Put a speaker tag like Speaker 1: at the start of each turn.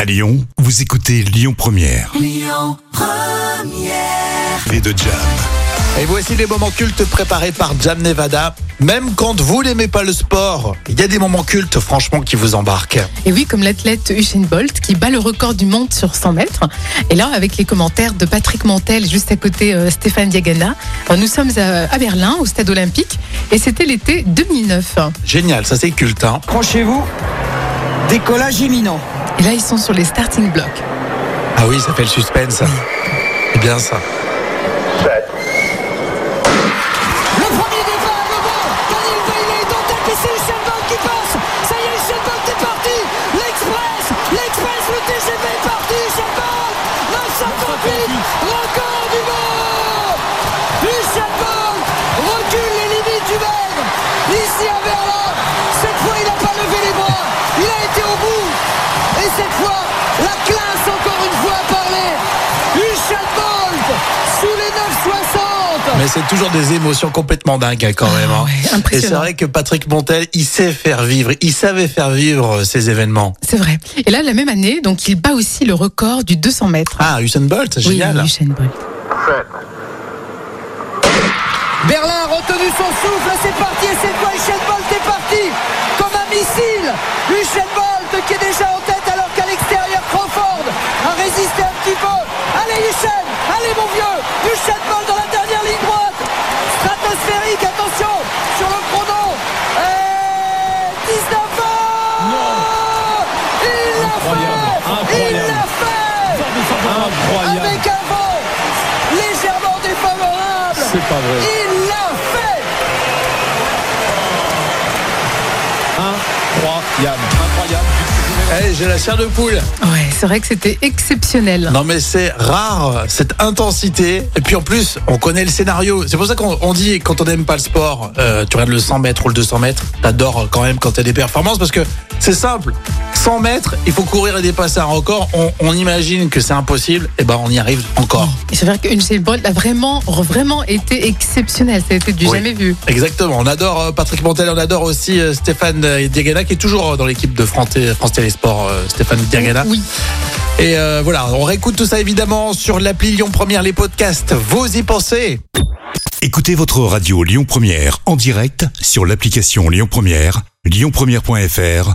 Speaker 1: À Lyon, vous écoutez Lyon Première. Lyon Première. Et de Jam.
Speaker 2: Et voici les moments cultes préparés par Jam Nevada. Même quand vous n'aimez pas le sport, il y a des moments cultes franchement qui vous embarquent.
Speaker 3: Et oui, comme l'athlète Usain Bolt qui bat le record du monde sur 100 mètres. Et là, avec les commentaires de Patrick Mantel, juste à côté euh, Stéphane Diagana, euh, nous sommes à, à Berlin, au stade olympique, et c'était l'été 2009.
Speaker 2: Génial, ça c'est culte. Hein.
Speaker 4: Approchez-vous. Décollage imminent.
Speaker 3: Et là, ils sont sur les starting blocks.
Speaker 2: Ah oui, ça fait le suspense. C'est bien ça.
Speaker 5: Le premier départ, le bon, Daniel Bailey est en tête et c'est Usain Bolt qui passe. Ça y est, Usain Bolt est parti. L'Express, l'Express, le TGV est parti. Usain Bolt, 938, record du monde. Usain Bolt recule les limites humaines. Ici à Berlin, cette fois il n'a pas levé les bras. Il a été au bout. Et cette fois, la classe encore une fois a parlé. Usain Bolt sous les 960.
Speaker 2: Mais c'est toujours des émotions complètement dingues hein, quand même. hein.
Speaker 3: Ah ouais,
Speaker 2: Et c'est
Speaker 3: impressionnant.
Speaker 2: vrai que Patrick Montel, il sait faire vivre, il savait faire vivre euh, ces événements.
Speaker 3: C'est vrai. Et là, la même année, donc il bat aussi le record du 200 mètres.
Speaker 2: Ah, Usain Bolt,
Speaker 3: Oui,
Speaker 2: génial.
Speaker 3: Usain Bolt.
Speaker 5: Berlin a retenu son souffle, c'est parti et cette fois Usain Bolt est parti comme un missile. Usain Bolt qui est déjà en tête alors qu'à l'extérieur Crawford a résisté un petit peu. Allez Usain, allez mon vieux, Usain Bolt dans la dernière ligne droite, stratosphérique, attention sur le chrono. Et 19 ans. Il l'a fait, il l'a fait avec un vent légèrement défavorable.
Speaker 6: C'est pas vrai.
Speaker 5: Il l'a fait
Speaker 6: Incroyable, incroyable.
Speaker 2: Eh, J'ai la chair de poule.
Speaker 3: Ouais, c'est vrai que c'était exceptionnel.
Speaker 2: Non mais c'est rare cette intensité et puis en plus on connaît le scénario. C'est pour ça qu'on on dit quand on n'aime pas le sport, euh, tu regardes le 100 mètres ou le 200 mètres, t'adores quand même quand t'as des performances parce que c'est simple. 100 mètres, il faut courir et dépasser un record. On, on imagine que c'est impossible, et ben on y arrive encore.
Speaker 3: Et c'est vrai qu'Usain Bolt a vraiment, vraiment été exceptionnel. Ça a été du
Speaker 2: Oui.
Speaker 3: jamais vu.
Speaker 2: Exactement. On adore euh, Patrick Montel, on adore aussi euh, Stéphane euh, Diagana qui est toujours euh, dans l'équipe de France, Té- France Télésport. euh, Stéphane Diagana.
Speaker 3: Oui.
Speaker 2: Et euh, voilà, on réécoute tout ça évidemment sur l'appli Lyon Première les podcasts. Vous y pensez
Speaker 1: Écoutez votre radio Lyon Première en direct sur l'application Lyon Première, lyonpremière.fr